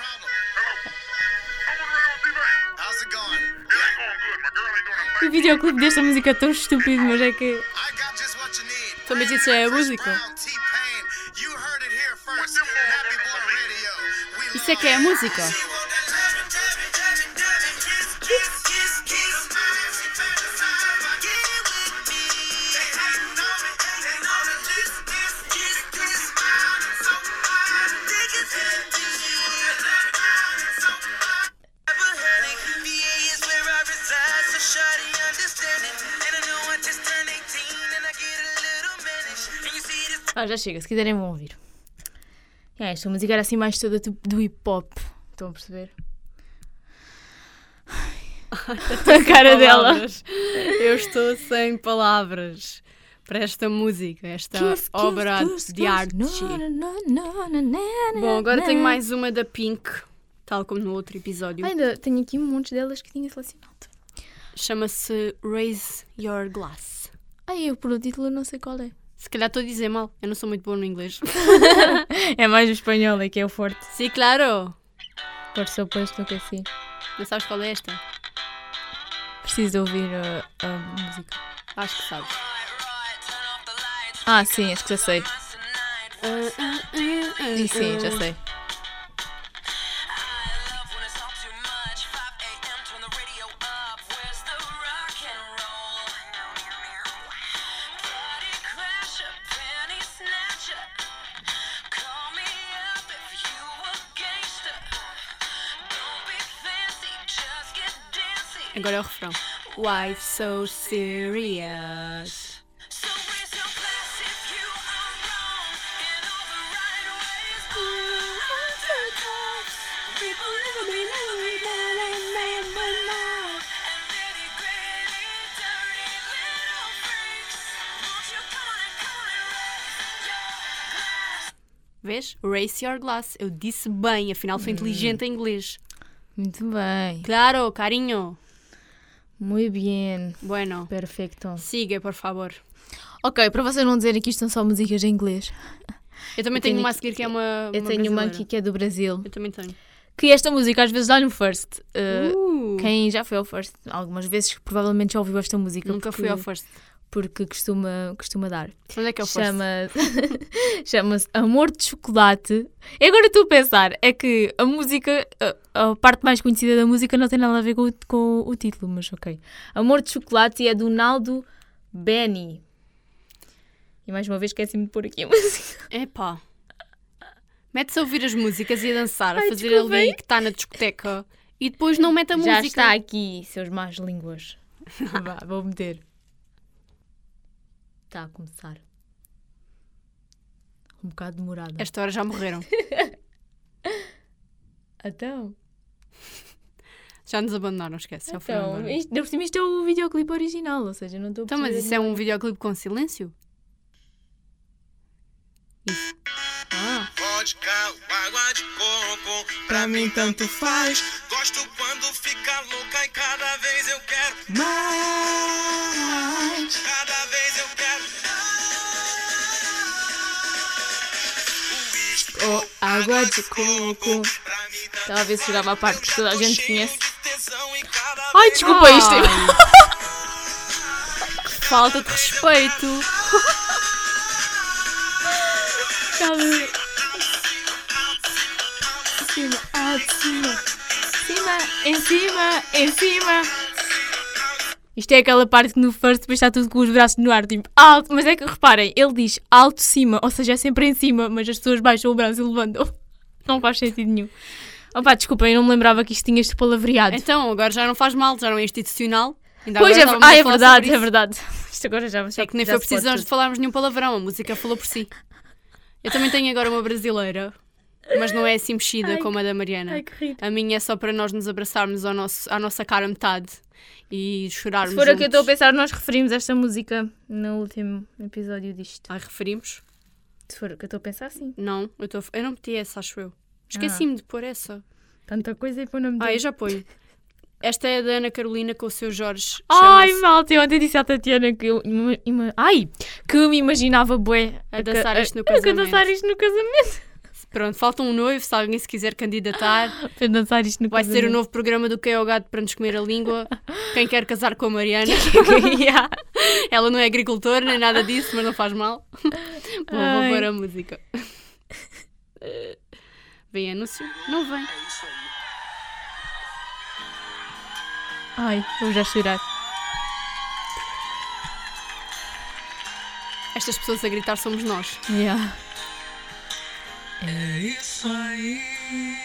B: videoclipe desta música é tão estúpido, mas é que.
C: I got just what you need.
A: Também disse é a música.
C: Brown, T-Pain, you heard it here first. Happy Boy Radio. We
A: Isso é que é a música.
B: Ah, já chega, se quiserem vão ouvir. É, esta música era assim mais toda do, do hip hop. Estão a perceber? a
A: É
B: cara dela.
A: Palavras. Eu estou sem palavras para esta música, esta obra de arte. Bom, agora
B: Né?
A: tenho mais uma da Pink, tal como no outro episódio.
B: Ainda tenho aqui um monte delas que tinha selecionado.
A: Chama-se Raise Your Glass.
B: Ai, eu por o título não sei qual é.
A: Se calhar estou a dizer mal, eu não sou muito boa no inglês.
B: É mais o espanhol, é que é o forte.
A: Sim, claro!
B: Por suposto que sim.
A: Não sabes qual é esta?
B: Preciso de ouvir uh, a música.
A: Acho que sabes.
B: Ah, sim, acho que já sei. Sim, sim, já sei.
A: Agora é o refrão. Why so serious? Vês? Raise your glass. Eu disse bem, afinal sou inteligente em inglês.
B: Muito bem.
A: Claro, carinho.
B: Muito bem.
A: Bueno,
B: Perfeito.
A: siga, por favor.
B: Ok, para vocês não dizerem que isto são só músicas em inglês,
A: Eu também tenho,
B: tenho
A: uma a
B: aqui-
A: seguir que é uma.
B: eu tenho uma
A: brasileira.
B: aqui que é do Brasil.
A: Eu também tenho.
B: Que esta música às vezes dá-lhe um first. Uh,
A: Uh,
B: Quem já foi ao first algumas vezes, provavelmente já ouviu esta música.
A: nunca
B: porque,
A: fui ao first.
B: Porque costuma, costuma dar.
A: Onde é que é o first?
B: Chama... Chama-se Amor de Chocolate. E agora estou a pensar, é que a música, a, a parte mais conhecida da música não tem nada a ver com, o- com o título, mas ok. Amor de Chocolate é do Naldo Benny. E mais uma vez esqueci-me de pôr aqui a música.
A: Epá. Mete-se a ouvir as músicas e a dançar, a
B: Ai,
A: fazer
B: desculpem.
A: ali que está na discoteca e depois não mete a
B: Já
A: música.
B: está aqui, seus más línguas. Vá, vou meter. Está a começar. Um bocado demorado.
A: Esta hora já morreram.
B: Então,
A: Já nos abandonaram, esquece. Já foram
B: então
A: embora.
B: isto, ainda por cima isto é o videoclipe original, ou seja, não estou a
A: Então, mas
B: perceber
A: isso é um videoclipe com silêncio? Isso. Ah,
C: Vodka, água de coco,
E: Pra mim tanto faz,
C: gosto quando fica louca e cada vez eu quero,
E: mas
C: cada vez eu quero. Uísque,
B: Oh,
A: Ah,
B: água de coco.
C: pra mim tanto
B: Talvez chegava à parte que toda a gente conhece. Ai,
C: Ai,
B: desculpa isto. é-
A: falta de respeito.
B: Acima, acima. Cima, em cima, em cima. Isto é aquela parte que no first depois está tudo com os braços no ar, tipo alto. Mas é que reparem, ele diz alto, cima, ou seja, é sempre em cima, mas as pessoas baixam o braço e levantam. Não faz sentido nenhum. Opa, desculpa, eu não me lembrava que isto tinha este palavreado.
A: Então, agora já não faz mal, já não é institucional. Ainda
B: pois é,
A: agora
B: ver-
A: estávamos
B: ah,
A: a
B: é
A: falar
B: verdade,
A: sobre
B: é
A: isso.
B: verdade. Isto agora já, já
A: É que nem
B: já
A: foi
B: se pode
A: preciso de
B: tudo.
A: falarmos nenhum palavrão, a música falou por si. Eu também tenho agora uma brasileira, mas não é assim mexida como a da Mariana.
B: Ai, que rico.
A: a minha é só para nós nos abraçarmos ao nosso, à nossa cara metade e chorarmos.
B: Se for a que eu estou a
A: juntos.
B: pensar, nós referimos esta música no último episódio disto.
A: Ai, referimos?
B: Se for a que eu estou a pensar, sim.
A: Não, eu, estou a- eu não meti essa, acho eu.
B: Ah.
A: Esqueci-me de pôr essa.
B: Tanta coisa e para o nome
A: Ah, eu
B: dele.
A: já ponho. Esta é da Ana Carolina com o seu Jorge.
B: Ai,
A: Chama-se
B: malta, eu ontem disse à Tatiana que eu, ima- ima- ai, que eu me imaginava bué
A: A dançar isto no
B: A, a
A: casamento.
B: dançar isto no casamento.
A: Pronto, falta um noivo, se alguém se quiser candidatar.
B: Para dançar isto no
A: Vai ser o novo programa do Que é o Gato para nos comer a língua. Quem quer casar com a Mariana?
B: yeah.
A: Ela não é agricultora nem nada disso, mas não faz mal. Bom, vou
B: Ai.
A: pôr a música. Vem anúncio? Não vem.
B: Ai, vou já chorar.
A: Estas pessoas a gritar somos nós.
B: Yeah.
C: Isso aí.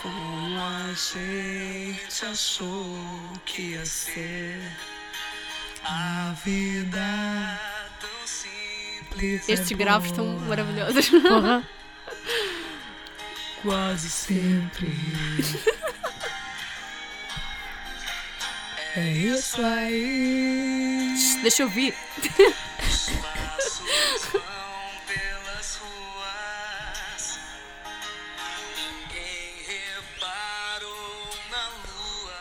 C: Como a gente achou que ia ser a vida é tão simples.
A: Estes
C: é
A: graves estão
C: boa,
A: maravilhosos.
B: Porra.
C: Quase sempre. É isso aí.
A: Deixa eu ouvir.
C: passos vão pelas ruas. Quem reparou na lua?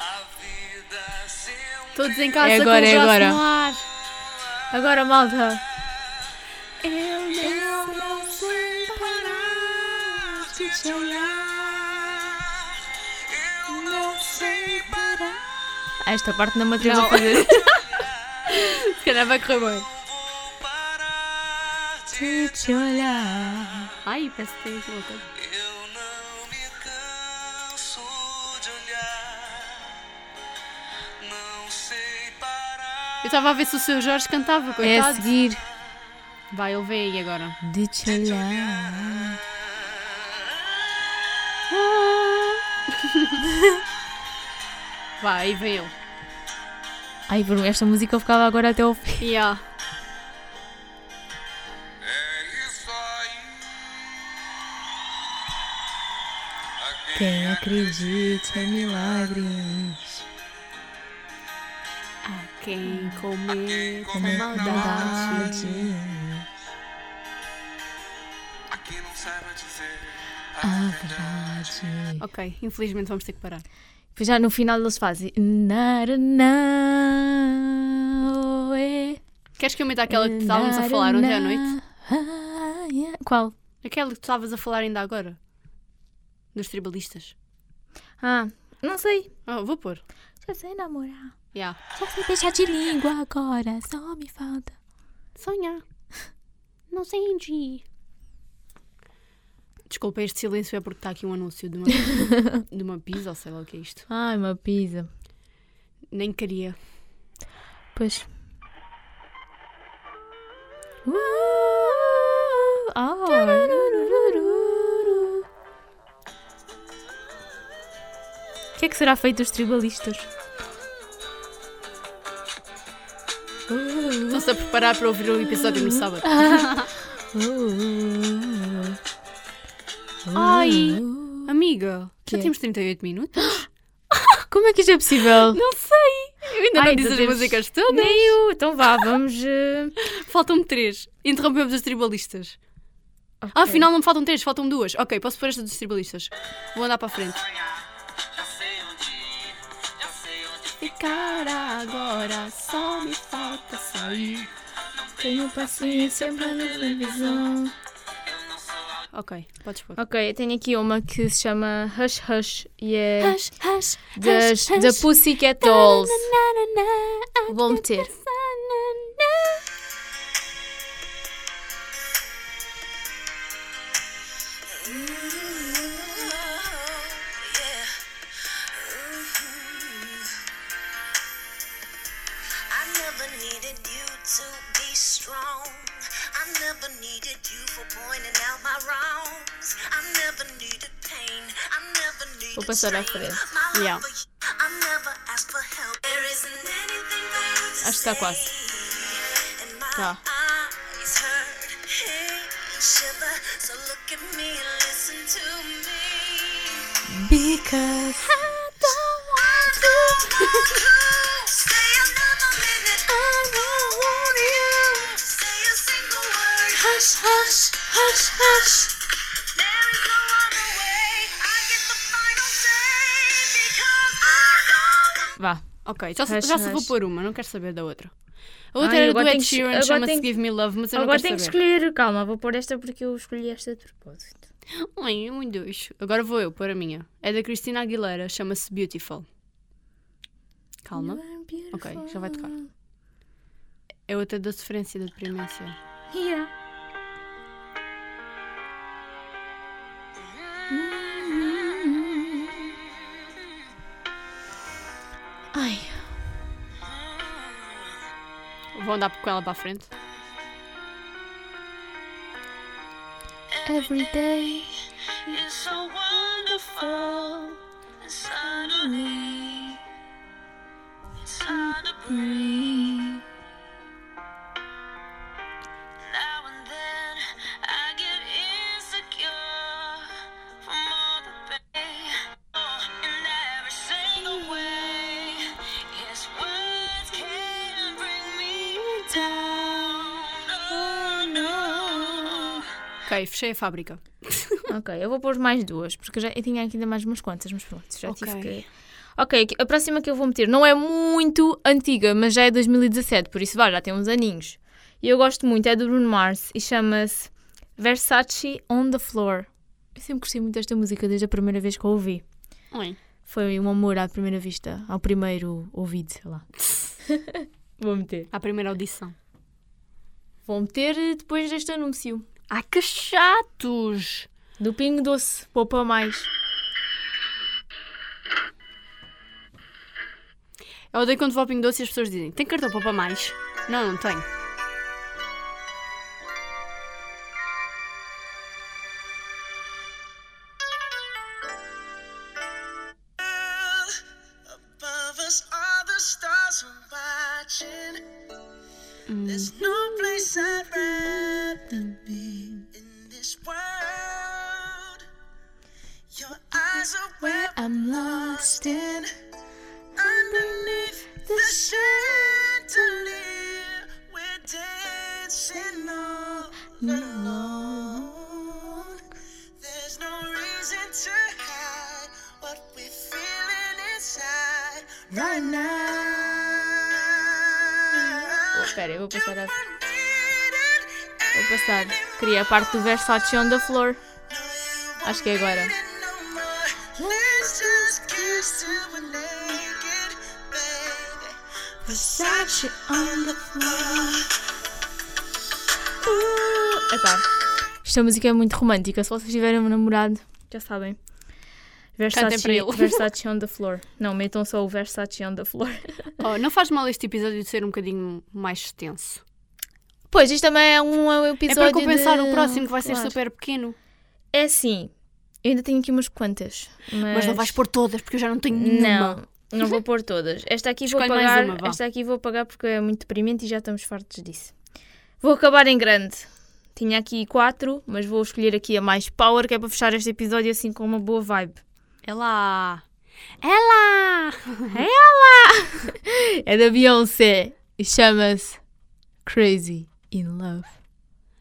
C: A vida sempre.
A: Todos em casa
B: É
A: com
B: agora,
A: o
B: é
A: braço
B: agora.
A: no ar.
B: Agora, malta.
C: Eu não sei parar de te olhar. Eu não sei parar.
B: Esta parte não me atrevo é a
A: Não.
B: fazer.
A: Se calhar vai correr bem.
C: Vou parar de te olhar.
A: Ai, peço que tenha aqui uma coisa.
C: Eu não me canso de olhar. Não sei parar.
A: Eu estava a ver se o seu Jorge cantava,
B: É a
A: coitado.
B: seguir.
A: Vai, ele vem aí agora.
B: De te olhar.
A: Vai, aí vem ele.
B: Ai, Bruno, esta música eu ficava agora até ao fim.
A: Yeah.
C: É isso aí.
B: Quem acredita em milagres.
A: Há quem cometa maldade.
B: Maldade.
C: Aqui não saiba dizer.
B: A verdade.
A: Ok, infelizmente vamos ter que parar.
B: Pois já no final eles fazem. Naraná, oê.
A: Queres que eu meta aquela que estávamos a falar ontem à noite?
B: Ah, yeah. Qual?
A: Aquela que tu estavas a falar ainda agora? Dos tribalistas.
B: Ah, não sei.
A: Ah, vou pôr.
B: Já sei namorar.
A: Yeah.
B: Já sei deixar de língua agora. Só me falta.
A: Sonhar. Não sei onde Desculpa, este silêncio é porque está aqui um anúncio de uma, de uma pizza, ou sei lá o que é isto.
B: Ai, uma pizza.
A: Nem queria.
B: Pois. Uh, oh. O que é que será feito dos tribalistas? Uh,
A: Estão-se a preparar para ouvir o episódio no sábado.
B: Ah. uh,
A: Ai, amiga, já
B: Quê?
A: temos 38 minutos?
B: Como é que isto é possível?
A: Não sei. Eu ainda
B: Ai,
A: não disse
B: tu
A: as
B: tens-
A: músicas todas.
B: Nem eu. Então vá, vamos. eh,
A: Faltam-me três. Interrompemos os tribalistas. Ah,
B: ok.
A: afinal não me faltam três, faltam duas. Ok, posso pôr esta dos tribalistas. Vou andar para a frente.
C: Já sei onde ir. Já sei onde
A: Ficar agora só me falta sair.
B: Tenho paciência para a televisão.
A: Ok, podes pôr.
B: Ok, eu tenho aqui uma que se chama Hush Hush e é
A: Hush, hush,
B: das,
A: hush, hush.
B: da Pussycat Dolls.
A: Na, na, na, na,
B: Vou meter.
D: I never needed you to be strong. I never needed you for pointing out my wrongs. I never needed pain. I never needed
B: Vou passar à
D: strain.
B: frente.
D: My love
A: Yeah.
D: for you, I never asked for help. There isn't anything for you to
B: Acho que tá
D: say.
B: quase.
D: And my
B: Tá.
D: eyes hurt. Hey, shiver. So look at me and listen to me.
B: Because.
D: Hush, hush, hush, hush. There is no other way. I get the final say because I know.
B: Vá.
A: Ok, já, se-
B: Hush,
A: já se vou
B: hush.
A: pôr uma, não quero saber da outra. A outra
B: Ai,
A: era do
B: agora
A: Ed
B: tenho que-
A: Sheeran,
B: agora
A: chama-se
B: tenho que-
A: Give Me Love, mas eu não
B: Agora
A: quero
B: tenho que
A: saber.
B: escolher. Calma, vou pôr esta porque eu escolhi esta de propósito.
A: Ai, um dois. Agora vou eu pôr a minha. É da Cristina Aguilera, chama-se Beautiful. Calma. Ok, já vai tocar. É outra da sofrência da deprimência.
B: Yeah. Ai,
A: Vou andar com ela para a frente.
B: every day.
D: It's so wonderful. And suddenly, it's hard to breathe. Now and then, I get insecure from all the pain. Oh, in every single way, yes, words can bring me down. Oh, no.
A: Ok, fechei a fábrica.
B: Ok, eu vou pôr mais duas, porque eu já eu tinha aqui ainda mais umas quantas, mas pronto, já tive
A: Ok.
B: que. Ok, aqui- a próxima que eu vou meter não é muito antiga, mas já é 2017, por isso vá, já tem uns aninhos. E eu gosto muito, é do Bruno Mars e chama-se Versace on the Floor. Eu sempre gostei muito desta música desde a primeira vez que a ouvi.
A: Oi.
B: Foi um amor à primeira vista, ao primeiro ouvido, sei lá. vou meter.
A: À primeira audição.
B: Vou meter depois deste anúncio.
A: Ah, que chatos!
B: Do Pingo Doce, poupa mais.
A: Eu odeio quando vou ao Pingo Doce e as pessoas dizem: tem cartão para mais? Não, não tenho.
D: Girl, Above us all the stars are watching. There's no place I'd rather be in this world. Your eyes are where I'm lost in. Underneath the chandelier, we're dancing all alone. There's no reason to hide what we're feeling inside right now.
B: Espera, eu vou
D: You
B: passar a...
D: were needed
B: Vou passar. Queria a parte do Versace on the floor. Acho que é agora.
D: Versace on the floor.
B: Epá. Esta música é muito romântica. Se vocês tiverem um namorado, já sabem. Versace,
A: Cantem para ele.
B: Versace on the floor. Não, metam só o Versace on the floor.
A: Oh, não faz mal este episódio de ser um bocadinho mais extenso.
B: Pois, isto também é um
A: É
B: episódio
A: para compensar
B: de-
A: o próximo que vai ser
B: Claro.
A: super pequeno.
B: É assim, eu ainda tenho aqui umas quantas. Mas,
A: Mas não vais pôr todas porque eu já não tenho nenhuma.
B: Não, não vou pôr todas. Esta aqui vou
A: Escolhe mais
B: pagar.
A: uma, vá.
B: esta aqui vou pagar porque é muito deprimente e já estamos fartos disso. Vou acabar em grande. Tinha aqui quatro, mas vou escolher aqui a mais power, que é para fechar este episódio assim com uma boa vibe.
A: É Ela! Ela!
B: É da Beyoncé e chama-se Crazy in Love.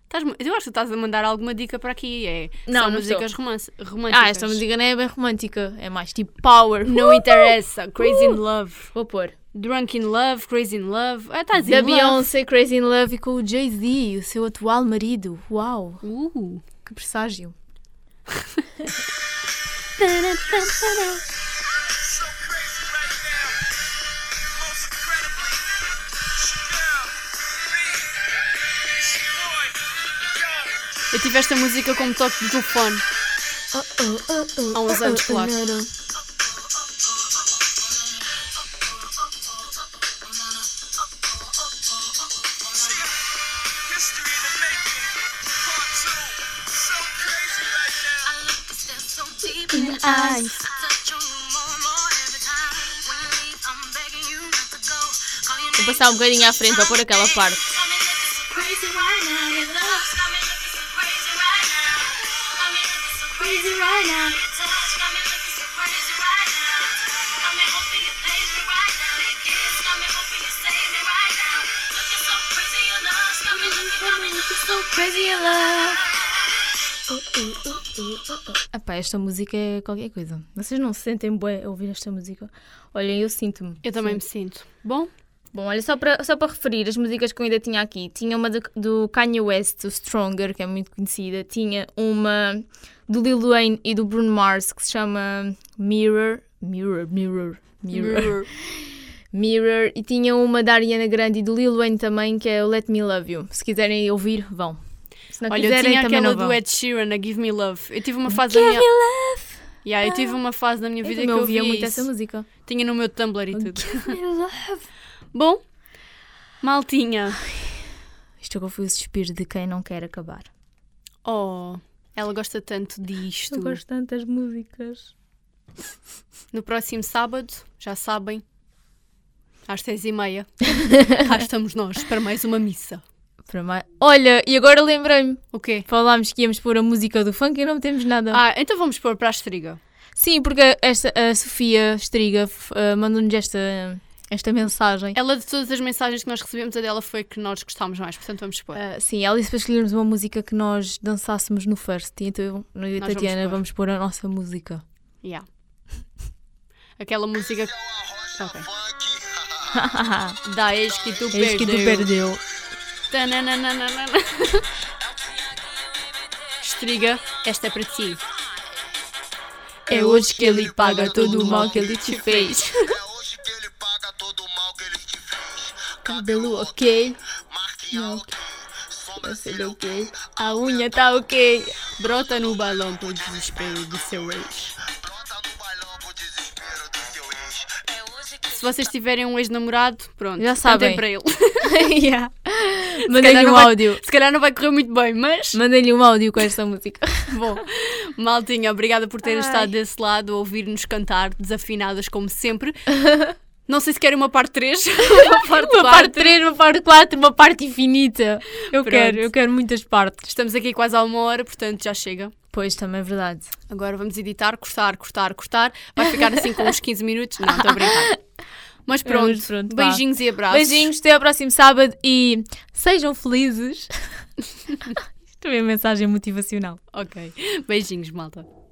A: Estás- eu acho que estás a mandar alguma dica para aqui. É,
B: Não,
A: são
B: não
A: músicas romance, românticas.
B: Ah, esta música não é bem romântica, é mais tipo power.
A: Tipo, Não é. interessa. Crazy
B: Uh-huh.
A: in Love.
B: Vou pôr.
A: Drunk in Love, Crazy in Love. Ah, estás
B: Da
A: in love.
B: Beyoncé, Crazy in Love e com o Jay-Z, o seu atual marido. Uau,
A: Uh,
B: que presságio.
C: so crazy right now. Most incredibly, Chanel, me, it's your boy, yo.
A: eu tive esta música como toque de telefone.
B: Uh-uh,
A: Há uns anos, claro.
C: History in the making, part two. So crazy right now.
D: I look and stare so deep in your eyes. I touch you more and more every time. When you leave, I'm begging you not to go. Call your
B: Vou
D: name.
B: passar um bocadinho à frente, vou pôr aquela parte.
D: Got me looking so crazy right now. Your love's got me looking so crazy right now. Got me looking so crazy right now. Your touch got me looking so crazy right now. Got me hoping you please me right now. Your kiss got me hoping you save me right now. Looking so crazy, your love's got me looking, got me looking so crazy, your love.
B: Epá, Ah esta música é qualquer coisa. Vocês não se sentem bem a ouvir esta música? Olhem, eu sinto-me.
A: Eu também me sinto. Bom,
B: Bom, olha, só para só para referir as músicas que eu ainda tinha aqui. Tinha uma do, do Kanye West, o Stronger, que é muito conhecida. Tinha uma do Lil Wayne e do Bruno Mars, que se chama Mirror. Mirror, Mirror, Mirror. Mirror. E tinha uma da Ariana Grande e do Lil Wayne também, que é o Let Me Love You. Se quiserem ouvir, vão. Se não
A: Olha, eu
B: quiserem,
A: tinha
B: também
A: aquela
B: não vão.
A: do Ed Sheeran, a Give Me Love. Eu tive uma fase
B: Give
A: da
B: me
A: minha.
B: love!
A: Yeah, eu tive uma fase da minha
B: Eu
A: vida
B: também
A: que eu
B: ouvia muito
A: isso.
B: essa música. Oh,
A: Tinha no meu Tumblr e tudo.
B: Give me love!
A: Bom, maltinha.
B: Isto é agora foi o suspiro de quem não quer acabar.
A: Oh, ela gosta tanto disto.
B: tanto das músicas.
A: No próximo sábado, já sabem, às seis e meia, cá estamos nós para mais uma missa.
B: Para mais... Olha, e agora lembrei-me.
A: O quê?
B: Falámos que íamos pôr a música do funk e não temos nada.
A: Ah, então vamos pôr para a estriga.
B: Sim, porque esta, a Sofia Estriga f- ah, mandou-nos esta, esta mensagem.
A: Ela, de todas as mensagens que nós recebemos, a dela foi que nós gostámos mais, portanto vamos pôr.
B: Ah, sim, ela disse para escolhermos uma música que nós dançássemos no first. E Então eu e
A: Nós vamos
B: a Tatiana
A: pôr.
B: vamos pôr a nossa música.
A: Yeah. Aquela música Ok. da ex que tu
B: Eis
A: perdeu.
B: que tu perdeu.
A: Tananananana. Estriga, esta é para ti.
B: É hoje que ele paga todo o mal que ele te fez.
E: É hoje que ele paga todo o mal que ele te fez.
B: Cabelo ok,
E: Marquinhos,
B: sobrancelha ok, a unha tá ok.
A: Brota no balão por desespero do seu ex.
E: brota no bailão pro desespero do seu ex.
A: É Se vocês tiverem um ex-namorado, pronto,
B: Já
A: cantem
B: sabem.
A: para ele.
B: yeah.
A: Se calhar
B: Mandei-lhe
A: não
B: um
A: vai-
B: áudio.
A: Se calhar não vai correr muito bem, mas
B: Mandei-lhe um áudio com esta música.
A: bom. Maltinha, obrigada por terem
B: Ai.
A: estado desse lado, a ouvir-nos cantar, desafinadas como sempre. Não sei se querem uma parte 3 uma parte 4.
B: Uma parte 3, uma parte 4, uma parte infinita. Eu
A: Pronto.
B: quero, eu quero muitas partes.
A: Estamos aqui quase a uma hora, portanto já chega.
B: Pois, também é verdade.
A: Agora vamos editar, cortar, cortar, cortar. Vai ficar assim com uns 15 minutos. Não, estou a brincar. Mas pronto,
B: Mas pronto, vá.
A: beijinhos e abraços.
B: Beijinhos, até ao próximo sábado e sejam felizes. Isto é uma mensagem motivacional.
A: Ok, beijinhos, malta.